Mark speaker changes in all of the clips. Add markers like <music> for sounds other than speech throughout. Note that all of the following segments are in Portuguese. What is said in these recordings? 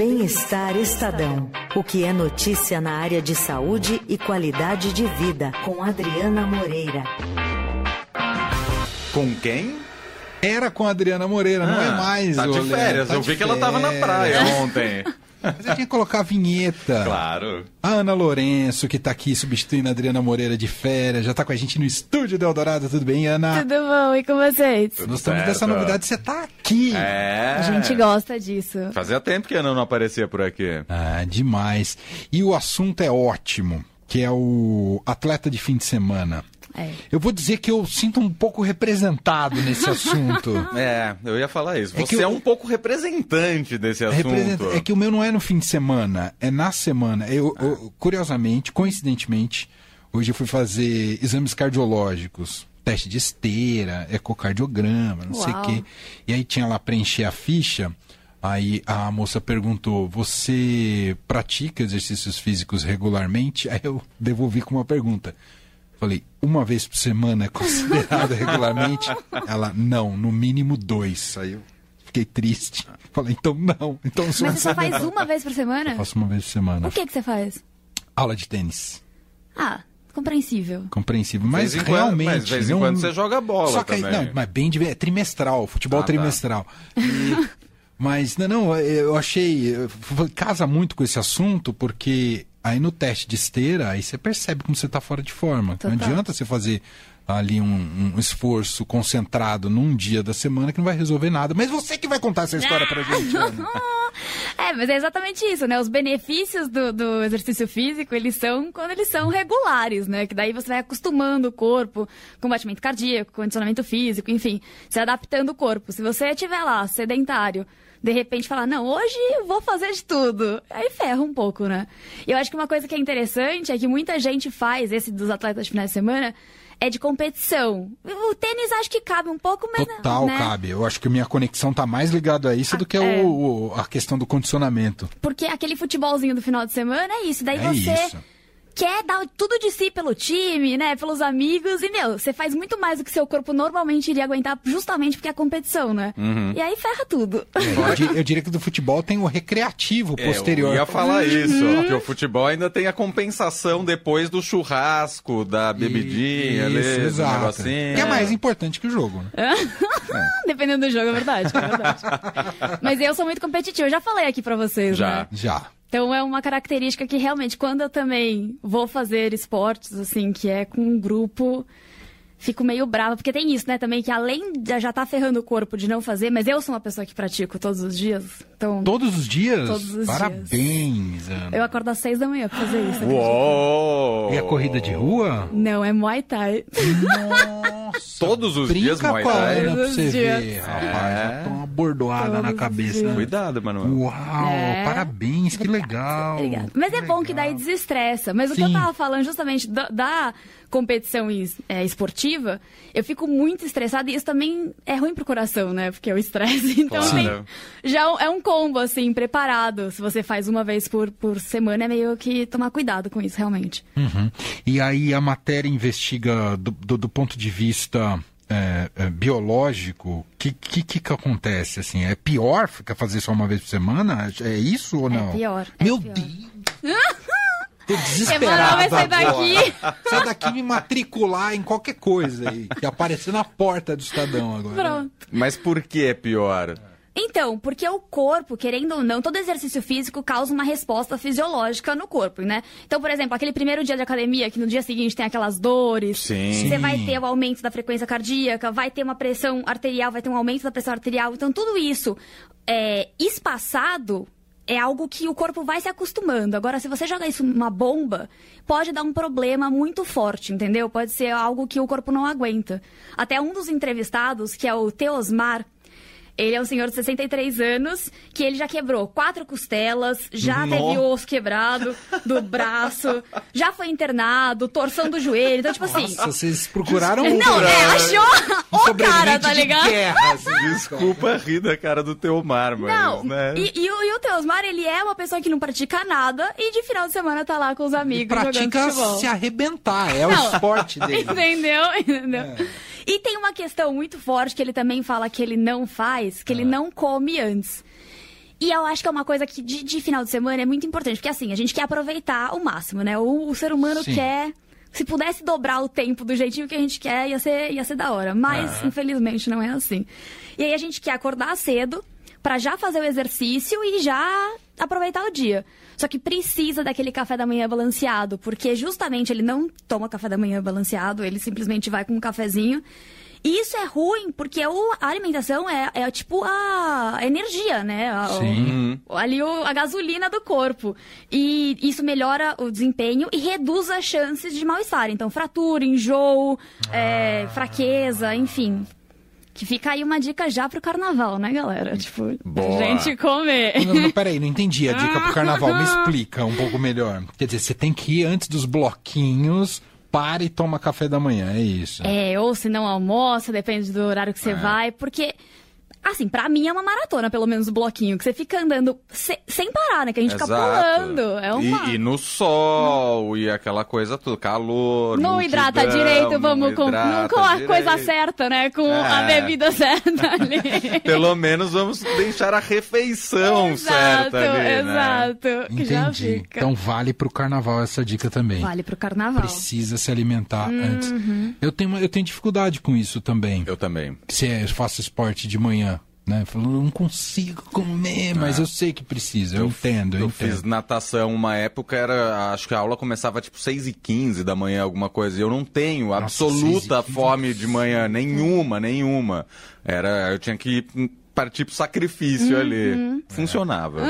Speaker 1: Bem-Estar Estadão. O que é notícia na área de saúde e qualidade de vida, com Adriana Moreira.
Speaker 2: Com quem?
Speaker 3: Era com a Adriana Moreira, não
Speaker 2: Ah,
Speaker 3: é mais.
Speaker 2: Tá de
Speaker 3: ô, Léo,
Speaker 2: férias.
Speaker 3: tá
Speaker 2: Eu
Speaker 3: de
Speaker 2: vi que ela tava na
Speaker 3: férias.
Speaker 2: praia
Speaker 3: <laughs>
Speaker 2: ontem.
Speaker 3: Mas eu tinha que colocar a vinheta.
Speaker 2: Claro.
Speaker 3: A Ana Lourenço, que tá aqui substituindo a Adriana Moreira de férias, já tá com a gente no estúdio do Eldorado. Tudo bem, Ana?
Speaker 4: Tudo bom? E com vocês?
Speaker 3: Nós estamos
Speaker 2: certo.
Speaker 3: dessa novidade, você tá aqui.
Speaker 2: É.
Speaker 4: A gente gosta disso.
Speaker 2: Fazia tempo que a Ana não aparecia por aqui.
Speaker 3: Ah, demais. E o assunto é ótimo, que é o atleta de fim de semana.
Speaker 4: É.
Speaker 3: Eu vou dizer que eu sinto um pouco representado nesse assunto.
Speaker 4: Ah.
Speaker 2: É, eu ia falar isso.
Speaker 3: É que
Speaker 2: Você é
Speaker 3: eu-
Speaker 2: um pouco representante desse assunto.
Speaker 3: Representa- É que o meu não é no fim de semana, é na semana. Eu, eu- curiosamente, coincidentemente, hoje eu fui fazer exames cardiológicos. Teste de esteira, ecocardiograma, não sei o
Speaker 4: Uau.
Speaker 3: quê. E aí tinha lá preencher a ficha. Aí a moça perguntou: Você pratica exercícios físicos regularmente? Aí eu devolvi com uma pergunta. Falei, uma vez por semana é considerado regularmente? Ela, não, no mínimo dois. Aí eu fiquei triste. Falei, então não. Então sou
Speaker 4: Mas você só faz uma vez por semana?
Speaker 3: Faço uma vez por semana.
Speaker 4: O que, que você faz?
Speaker 3: Aula de tênis.
Speaker 4: Ah, compreensível.
Speaker 3: Compreensível. Mas
Speaker 2: Vez em quando-
Speaker 3: realmente.
Speaker 2: mas de vez em
Speaker 3: não-
Speaker 2: quando você joga bola
Speaker 3: Só que aí-
Speaker 2: também.
Speaker 3: não, mas bem de, é trimestral, futebol
Speaker 2: Ah, tá.
Speaker 3: trimestral. E- <laughs> mas, não, não, eu achei. eu f- Casa muito com esse assunto, porque aí no teste de esteira, aí você percebe como você tá fora de forma.
Speaker 4: Total.
Speaker 3: Não adianta você fazer ali um, um esforço concentrado num dia da semana que não vai resolver nada. Mas você que vai contar essa história pra gente. Ana.
Speaker 4: é, mas é exatamente isso, né? Os benefícios do, do exercício físico, eles são quando eles são regulares, né? Que daí você vai acostumando o corpo com batimento cardíaco, condicionamento físico, enfim, se adaptando o corpo. Se você estiver lá, sedentário, de repente falar, não, hoje eu vou fazer de tudo. Aí ferra um pouco, né? E eu acho que uma coisa que é interessante é que muita gente faz, esse dos atletas de final de semana, é de competição. O tênis acho que cabe um pouco, mas...
Speaker 3: Total,
Speaker 4: né?
Speaker 3: cabe. Eu acho que minha conexão tá mais ligada a isso do que o-
Speaker 4: é.
Speaker 3: o- a questão do condicionamento.
Speaker 4: Porque aquele futebolzinho do final de semana é isso. Daí
Speaker 3: É
Speaker 4: você
Speaker 3: isso.
Speaker 4: quer dar tudo de si pelo time, né? Pelos amigos. E, meu, você faz muito mais do que seu corpo normalmente iria aguentar, justamente porque é competição, né?
Speaker 3: Uhum.
Speaker 4: E aí ferra tudo.
Speaker 3: É, eu, di- eu diria que do futebol tem o recreativo
Speaker 2: É,
Speaker 3: posterior.
Speaker 2: eu ia
Speaker 4: Uhum.
Speaker 2: falar isso, porque o futebol ainda tem a compensação depois do churrasco, da bebidinha, ali,
Speaker 3: Isso,
Speaker 2: do
Speaker 3: exato.
Speaker 2: negocinho.
Speaker 3: Que é mais importante que o jogo. Né?
Speaker 4: <laughs> Dependendo do jogo, é verdade.
Speaker 3: <laughs>
Speaker 4: É verdade. Mas eu sou muito competitiva. Eu já falei aqui pra vocês,
Speaker 2: Já.
Speaker 4: né?
Speaker 3: Já.
Speaker 4: Então é uma característica que realmente, quando eu também vou fazer esportes, assim, que é com um grupo, fico meio brava, porque tem isso, né, também, que além de já tá ferrando o corpo de não fazer, mas eu sou uma pessoa que pratico todos os dias. Então,
Speaker 3: Todos os dias?
Speaker 4: Todos os
Speaker 3: Parabéns, Ana.
Speaker 4: eu acordo às seis da manhã pra fazer isso. acredita?
Speaker 2: Uou!
Speaker 3: E a corrida de rua?
Speaker 4: Não, é Muay Thai.
Speaker 3: Nossa.
Speaker 2: Todos os
Speaker 3: Brinca
Speaker 2: dias,
Speaker 3: com a
Speaker 2: Muay Thai.
Speaker 3: Ana pra
Speaker 4: Todos
Speaker 3: você
Speaker 4: os dias.
Speaker 3: ver, rapaz. Já tá uma bordoada
Speaker 4: Todos
Speaker 3: na
Speaker 4: os
Speaker 3: cabeça.
Speaker 4: dias.
Speaker 3: né?
Speaker 2: Cuidado, Manuel.
Speaker 3: Uau,
Speaker 4: É.
Speaker 3: parabéns, que legal.
Speaker 4: Obrigada. Mas é bom que daí desestressa. Mas o que
Speaker 3: Sim.
Speaker 4: eu tava falando justamente da, da competição es- é, esportiva, eu fico muito estressada e isso também é ruim pro coração, né? Porque é o estresse. <laughs> Então
Speaker 2: Claro.
Speaker 4: tem- já é um combo, assim, preparado. Se você faz uma vez por, por semana, é meio que tomar cuidado com isso, realmente.
Speaker 3: Uhum. E aí a matéria investiga do, do- do ponto de vista é, é, biológico, o que, que que que acontece assim? É pior ficar fazer só uma vez por semana? É isso ou não?
Speaker 4: pior, é
Speaker 3: Meu
Speaker 4: pior.
Speaker 3: Deus.
Speaker 4: <laughs>
Speaker 3: Tô
Speaker 4: Emanuel
Speaker 3: desesperado.
Speaker 4: vai sair
Speaker 3: agora.
Speaker 4: daqui.
Speaker 3: <laughs> Sai daqui e me matricular em qualquer coisa aí, que aparecer na porta do Estadão agora.
Speaker 4: Pronto.
Speaker 2: Mas por que é pior?
Speaker 4: Então, porque o corpo, querendo ou não, todo exercício físico causa uma resposta fisiológica no corpo, né? Então, por exemplo, aquele primeiro dia de academia, que no dia seguinte tem aquelas dores.
Speaker 2: Sim.
Speaker 4: Você vai ter o aumento da frequência cardíaca, vai ter uma pressão arterial, vai ter um aumento da pressão arterial. Então, tudo isso é, espaçado é algo que o corpo vai se acostumando. Agora, se você joga isso numa bomba, pode dar um problema muito forte, entendeu? Pode ser algo que o corpo não aguenta. Até um dos entrevistados, que é o Teosmar, ele é um senhor de 63 anos, que ele já quebrou quatro costelas, já
Speaker 2: Nó.
Speaker 4: teve o osso quebrado do braço, já foi internado, torção do joelho. Então, tipo assim.
Speaker 3: Nossa, vocês procuraram um o
Speaker 4: Não, é, achou
Speaker 3: um
Speaker 4: <laughs> o cara, tá ligado?
Speaker 3: assim,
Speaker 2: Desculpa rir da cara do teu mar, mas,
Speaker 4: Não,
Speaker 2: né?
Speaker 4: e, e o, e o Teosmar, ele é uma pessoa que não pratica nada e de final de semana tá lá com os
Speaker 3: E
Speaker 4: amigos jogando
Speaker 3: pratica
Speaker 4: futebol.
Speaker 3: se arrebentar, é
Speaker 4: Não.
Speaker 3: o esporte dele.
Speaker 4: <laughs> Entendeu? Entendeu? E tem uma questão muito forte que ele também fala que ele não faz, que ele não come antes. E eu acho que é uma coisa que de, de final de semana é muito importante, porque assim, a gente quer aproveitar o máximo, né? O, o ser humano
Speaker 3: Sim.
Speaker 4: quer. Se pudesse dobrar o tempo do jeitinho que a gente quer, ia ser, ia ser da hora. Mas, infelizmente, não é assim. E aí a gente quer acordar cedo pra já fazer o exercício e já aproveitar o dia. Só que precisa daquele café da manhã balanceado, porque justamente ele não toma café da manhã balanceado, ele simplesmente vai com um cafezinho. E isso é ruim, porque o- a alimentação é, é tipo a energia, né? A- o-
Speaker 3: Sim.
Speaker 2: Uhum.
Speaker 4: ali o- a gasolina do corpo. E isso melhora o desempenho e reduz as chances de mal-estar. Então, fratura, enjoo,
Speaker 2: Ah.
Speaker 4: é, fraqueza, enfim. Que fica aí uma dica já pro carnaval, né, galera? Tipo,
Speaker 2: Boa.
Speaker 4: gente comer.
Speaker 3: Não, não, peraí, não entendi a dica pro carnaval.
Speaker 4: <laughs>
Speaker 3: Me explica um pouco melhor. Quer dizer, você tem que ir antes dos bloquinhos, para e toma café da manhã, é isso.
Speaker 4: É, ou se não almoça, depende do horário que
Speaker 2: É.
Speaker 4: você vai, porque. Assim, pra mim é uma maratona, pelo menos o bloquinho, que você fica andando se- sem parar, né? Que a gente fica pulando. É uma...
Speaker 2: e, e no sol, e aquela coisa tudo, calor.
Speaker 4: Não
Speaker 2: multidão,
Speaker 4: hidrata direito, vamos com,
Speaker 2: hidrata
Speaker 4: não com a
Speaker 2: direito.
Speaker 4: coisa certa, né? Com a
Speaker 2: É.
Speaker 4: bebida certa ali.
Speaker 2: <laughs> Pelo menos vamos deixar a refeição certa ali, né?
Speaker 4: exato. Que já
Speaker 3: Entendi.
Speaker 4: fica.
Speaker 3: Então vale pro carnaval essa dica também.
Speaker 4: vale pro carnaval. Uhum.
Speaker 3: Precisa se alimentar antes. Eu tenho, uma- eu tenho dificuldade com isso também.
Speaker 2: Eu também.
Speaker 3: Se é, eu faço esporte de manhã, né? Falando, eu não consigo comer, mas eu sei que precisa. Eu, entendo, eu,
Speaker 2: É. Eu
Speaker 3: entendo.
Speaker 2: fiz natação uma época, era, acho que a aula começava tipo 6 e 15 da manhã, alguma coisa. E eu não tenho absoluta
Speaker 3: 6h15.
Speaker 2: fome de manhã, nenhuma, nenhuma. Era, eu tinha que hum, partir pro sacrifício
Speaker 4: Uhum.
Speaker 2: ali. Funcionava.
Speaker 4: É.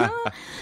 Speaker 2: né?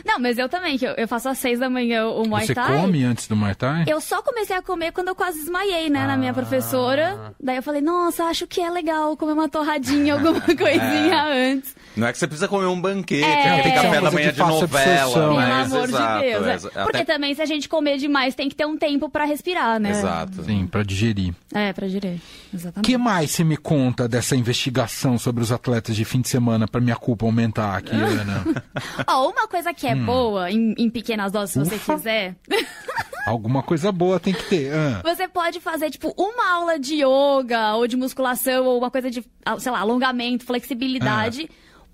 Speaker 4: Não, mas eu também, que eu, eu faço às seis da manhã o Muay
Speaker 3: Você
Speaker 4: Thai.
Speaker 3: come antes do Muay Thai?
Speaker 4: Eu só comecei a comer quando eu quase desmaiei, né, na
Speaker 2: Ah.
Speaker 4: minha professora. Daí eu falei, nossa, acho que é legal comer uma torradinha,
Speaker 2: <laughs>
Speaker 4: alguma
Speaker 2: É.
Speaker 4: coisinha antes.
Speaker 2: Não é que você precisa comer um banquete,
Speaker 4: É.
Speaker 2: é,
Speaker 4: Tem
Speaker 2: aquele
Speaker 4: que ser uma
Speaker 2: café da
Speaker 3: coisa
Speaker 2: manhã
Speaker 3: que
Speaker 2: de
Speaker 3: faça
Speaker 2: novela.
Speaker 3: absorção.
Speaker 4: Pelo
Speaker 2: Mas,
Speaker 4: amor
Speaker 2: exato,
Speaker 4: de Deus. é.
Speaker 2: exa-
Speaker 4: Porque
Speaker 2: até-
Speaker 4: também, se a gente comer demais, tem que ter um tempo pra respirar, né?
Speaker 2: Exato.
Speaker 3: Sim, pra digerir.
Speaker 4: É, pra direito.
Speaker 3: O
Speaker 4: Exatamente.
Speaker 3: que mais você me conta dessa investigação sobre os atletas de fim de semana pra minha culpa aumentar aqui,
Speaker 4: Ah.
Speaker 3: Ana?
Speaker 4: <laughs> Ó, uma coisa que é boa, em, em pequenas doses, se você
Speaker 3: Hum. Ufa.
Speaker 4: quiser, <laughs>
Speaker 3: Alguma coisa boa tem que ter. Ah,
Speaker 4: você pode fazer, tipo, uma aula de yoga ou de musculação ou uma coisa de, ah, sei lá, alongamento, flexibilidade.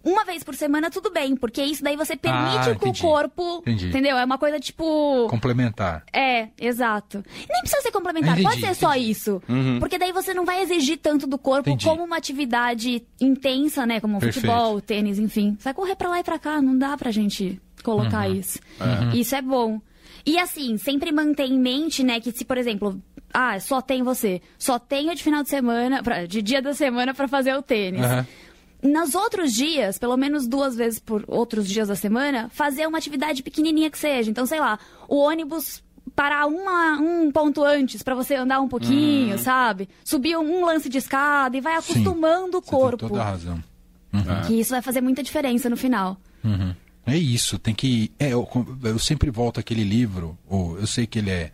Speaker 4: Uma vez por semana, tudo bem, porque isso daí você permite
Speaker 3: Ah,
Speaker 4: que
Speaker 3: entendi.
Speaker 4: o corpo.
Speaker 3: Entendi.
Speaker 4: Entendeu? É uma coisa tipo.
Speaker 3: complementar.
Speaker 4: É, exato. E Nem precisa ser complementar,
Speaker 3: Entendi,
Speaker 4: pode ser só
Speaker 3: entendi. Uhum.
Speaker 4: isso. Porque daí você não vai exigir tanto do corpo
Speaker 3: Entendi.
Speaker 4: como uma atividade intensa, né? Como
Speaker 3: Perfeito.
Speaker 4: futebol, tênis, enfim. Você vai correr pra lá e pra cá, não dá pra gente colocar
Speaker 3: Uhum.
Speaker 4: isso. Isso é bom. E assim, sempre manter em mente, né, que se, por exemplo, ah, só tem você, só tenho de final de semana, pra- de dia da semana pra fazer o tênis.
Speaker 3: Aham.
Speaker 4: Nos outros dias, pelo menos duas vezes por outros dias da semana, fazer uma atividade pequenininha que seja. Então, sei lá, o ônibus parar uma, um ponto antes pra você andar um pouquinho, sabe? Subir um lance de escada e vai
Speaker 3: Uhum. Sim.
Speaker 4: acostumando o
Speaker 3: Você tem
Speaker 4: corpo.
Speaker 3: toda a razão.
Speaker 4: Que isso vai fazer muita diferença no final.
Speaker 3: Uhum. É isso, tem que. É, eu, eu sempre volto aquele livro, ou eu sei que ele é.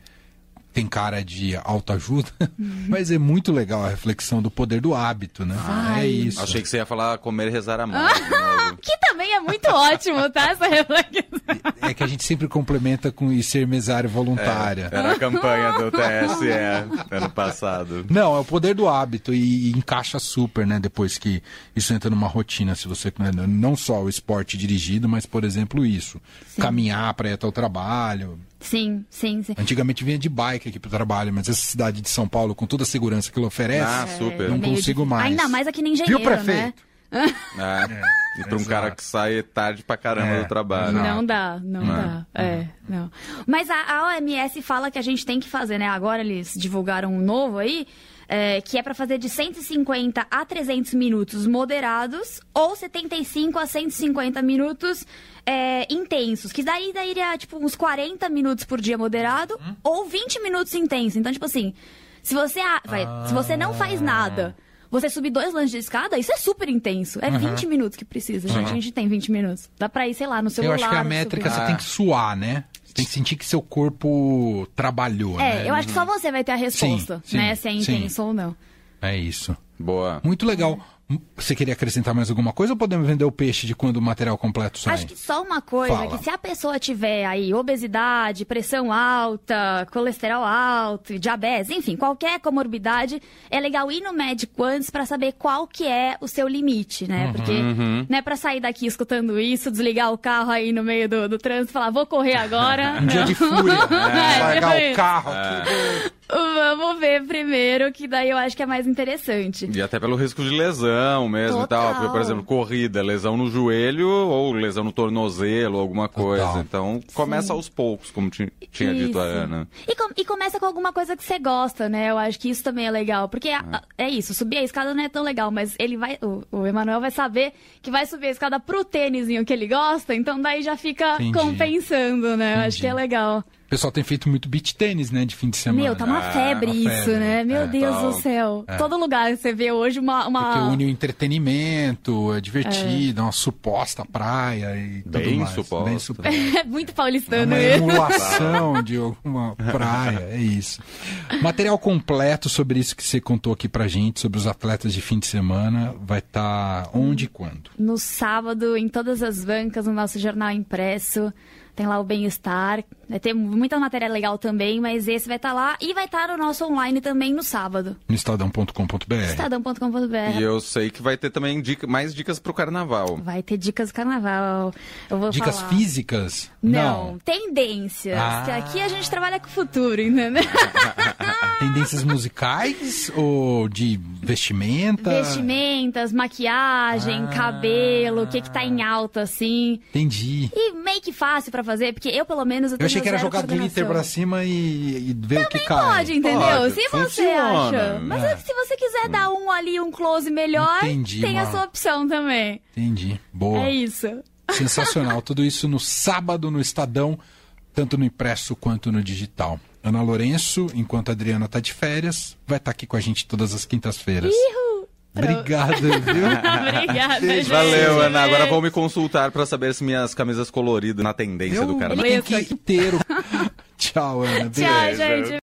Speaker 3: Tem cara de autoajuda,
Speaker 4: Uhum.
Speaker 3: mas é muito legal a reflexão do poder do hábito, né? É isso.
Speaker 2: Achei que você ia falar comer e rezar
Speaker 4: <laughs>
Speaker 2: a mão. de novo.
Speaker 4: Que também é muito ótimo, tá? Essa reflexão.
Speaker 3: <laughs> É que a gente sempre complementa com e ser mesário voluntária.
Speaker 2: Era a campanha do TSE
Speaker 4: <laughs>
Speaker 2: ano passado.
Speaker 3: Não, é o poder do hábito e, e encaixa super, né? Depois que isso entra numa rotina, se você né, não só o esporte dirigido, mas por exemplo isso, caminhar para ir até o trabalho.
Speaker 4: Sim, sim, sim.
Speaker 3: Antigamente vinha de bike aqui pro trabalho, mas essa cidade de São Paulo, com toda a segurança que ela oferece,
Speaker 2: Ah, super.
Speaker 3: não
Speaker 4: meio
Speaker 3: consigo
Speaker 4: difícil.
Speaker 3: mais.
Speaker 4: Ainda mais aqui na Engenheiro, né?
Speaker 3: Viu, prefeito?
Speaker 2: É. E pra um cara que sai tarde pra caramba
Speaker 3: É,
Speaker 2: do trabalho.
Speaker 3: exato.
Speaker 4: Não dá, não dá. É, não. Mas a, a OMS fala que a gente tem que fazer, né? Agora eles divulgaram um novo aí, é, que é pra fazer de 150 a 300 minutos moderados ou 75 a 150 minutos é, intensos. Que daí daria, tipo, uns 40 minutos por dia moderado ou 20 minutos intenso. Então, tipo assim, se você, a- vai, se você não faz nada... Você subir dois lances de escada, isso é super intenso. É 20 minutos que precisa, gente. A gente tem 20 minutos. Dá pra ir, sei lá, no seu
Speaker 3: Eu acho que é a
Speaker 4: celular,
Speaker 3: métrica
Speaker 4: subir.
Speaker 3: você
Speaker 2: Ah.
Speaker 3: tem que suar, né? Você tem que sentir que seu corpo trabalhou,
Speaker 4: É,
Speaker 3: né?
Speaker 4: eu acho que só você vai ter a resposta,
Speaker 3: Sim, sim,
Speaker 4: né? Se é
Speaker 3: sim.
Speaker 4: intenso ou não.
Speaker 3: É isso.
Speaker 2: Boa.
Speaker 3: Muito legal.
Speaker 4: É.
Speaker 3: Você queria acrescentar mais alguma coisa ou podemos vender o peixe de quando o material completo sai?
Speaker 4: Acho que só uma coisa,
Speaker 3: Fala.
Speaker 4: que se a pessoa tiver aí obesidade, pressão alta, colesterol alto, diabetes, enfim, qualquer comorbidade, é legal ir no médico antes pra saber qual que é o seu limite, né?
Speaker 3: Uhum.
Speaker 4: Porque não é pra sair daqui escutando isso, desligar o carro aí no meio do, do trânsito e falar, vou correr agora.
Speaker 3: <laughs> Um dia de fúria,
Speaker 4: <laughs> É,
Speaker 3: largar
Speaker 4: tipo
Speaker 3: o
Speaker 4: isso.
Speaker 3: carro aqui.
Speaker 4: Vamos ver primeiro, que daí eu acho que é mais interessante.
Speaker 2: E até pelo risco de lesão mesmo e tal.
Speaker 4: Total.
Speaker 2: Porque, por exemplo, corrida, lesão no joelho ou lesão no tornozelo, alguma coisa.
Speaker 3: Total.
Speaker 2: Então, começa aos poucos, como ti- tinha dito a
Speaker 4: Isso.
Speaker 2: Ana.
Speaker 4: E, com- e começa com alguma coisa que você gosta, né? Eu acho que isso também é legal. Porque a- a- é, isso, subir a escada não é tão legal, mas ele vai. O, o Emanuel vai saber que vai subir a escada pro tênisinho que ele gosta, então daí já fica
Speaker 3: Entendi.
Speaker 4: compensando, né? Eu acho
Speaker 3: Entendi.
Speaker 4: que é legal.
Speaker 3: O pessoal tem feito muito beach tênis, né? De fim de semana. É.
Speaker 4: Meu, tá uma
Speaker 2: Ah,
Speaker 4: febre
Speaker 3: uma
Speaker 4: isso,
Speaker 3: febre.
Speaker 4: né? Meu
Speaker 3: É,
Speaker 4: Deus
Speaker 2: tal.
Speaker 4: do céu. Todo lugar você vê hoje uma. uma-
Speaker 3: Porque une o entretenimento, é divertido, é uma suposta praia e tudo
Speaker 2: Bem
Speaker 3: mais.
Speaker 2: suposta. né?
Speaker 3: Bem suposta.
Speaker 4: É <laughs> muito paulistano
Speaker 3: Uma
Speaker 4: mesmo. <laughs>
Speaker 3: emulação de alguma praia, é isso. Material completo sobre isso que você contou aqui pra gente, sobre os atletas de fim de semana, vai estar onde e quando?
Speaker 4: No sábado, em todas as bancas, no nosso jornal impresso. Tem lá o Bem-Estar. Vai ter muita matéria legal também, mas esse vai estar lá. E vai estar o nosso online também no sábado.
Speaker 3: No estadão.com.br.
Speaker 4: Estadão.com.br.
Speaker 2: E eu sei que vai ter também dica- mais dicas pro carnaval.
Speaker 4: Vai ter dicas do carnaval. Eu vou
Speaker 3: Dicas
Speaker 4: falar.
Speaker 3: físicas?
Speaker 4: Não, tendências.
Speaker 3: Ah.
Speaker 4: Que aqui a gente trabalha com o
Speaker 3: <laughs>
Speaker 4: futuro, entendeu?
Speaker 3: Tendências musicais ou de vestimenta?
Speaker 4: Vestimentas, maquiagem,
Speaker 3: Ah.
Speaker 4: cabelo, o que que tá em alta, assim.
Speaker 3: Entendi.
Speaker 4: E make fácil pra fazer, porque eu, pelo menos, eu
Speaker 3: Eu
Speaker 4: tenho
Speaker 3: achei que era
Speaker 4: zero
Speaker 3: jogar glitter
Speaker 4: coordenação.
Speaker 3: pra cima e, e ver o que cai.
Speaker 4: Pode, entendeu?
Speaker 2: Pode,
Speaker 4: se você
Speaker 2: funciona.
Speaker 4: acha. Mas
Speaker 3: É.
Speaker 4: se você quiser dar um ali, um close melhor,
Speaker 3: Entendi,
Speaker 4: tem a
Speaker 3: Mar.
Speaker 4: sua opção também.
Speaker 3: Entendi. Boa.
Speaker 4: É isso.
Speaker 3: Sensacional. Tudo isso no sábado no Estadão, tanto no impresso quanto no digital. Ana Lourenço, enquanto a Adriana tá de férias, vai estar aqui com a gente todas as quintas-feiras. Obrigado,
Speaker 4: <laughs>
Speaker 3: viu?
Speaker 4: Obrigada, gente.
Speaker 2: Valeu, Ana. Agora
Speaker 4: Beijo.
Speaker 2: vou me consultar pra saber se minhas camisas coloridas na tendência é do
Speaker 3: Eu
Speaker 2: carnaval.
Speaker 3: tenho
Speaker 4: Beleza.
Speaker 3: que ir inteiro. <laughs> Tchau, Ana. Beijo.
Speaker 4: Tchau, gente.